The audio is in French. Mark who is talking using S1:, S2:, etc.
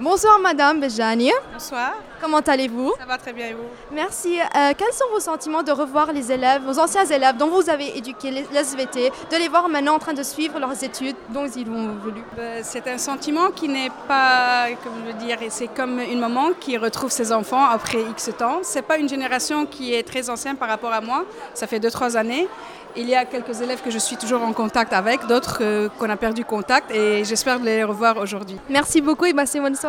S1: Bonsoir Madame Bejani,
S2: Bonsoir,
S1: comment allez-vous
S2: ça va très bien et vous
S1: Merci. Euh, quels sont vos sentiments de revoir les élèves, vos anciens élèves dont vous avez éduqué les SVT, de les voir maintenant en train de suivre leurs études dont ils ont voulu
S2: Ben, C'est un sentiment qui n'est pas, comme je veux dire, c'est comme une maman qui retrouve ses enfants après X temps. C'est pas une génération qui est très ancienne par rapport à moi, ça fait 2-3 années. Il y a quelques élèves que je suis toujours en contact avec, d'autres euh, qu'on a perdu contact et j'espère les revoir aujourd'hui.
S1: Merci beaucoup et passez bonne soirée.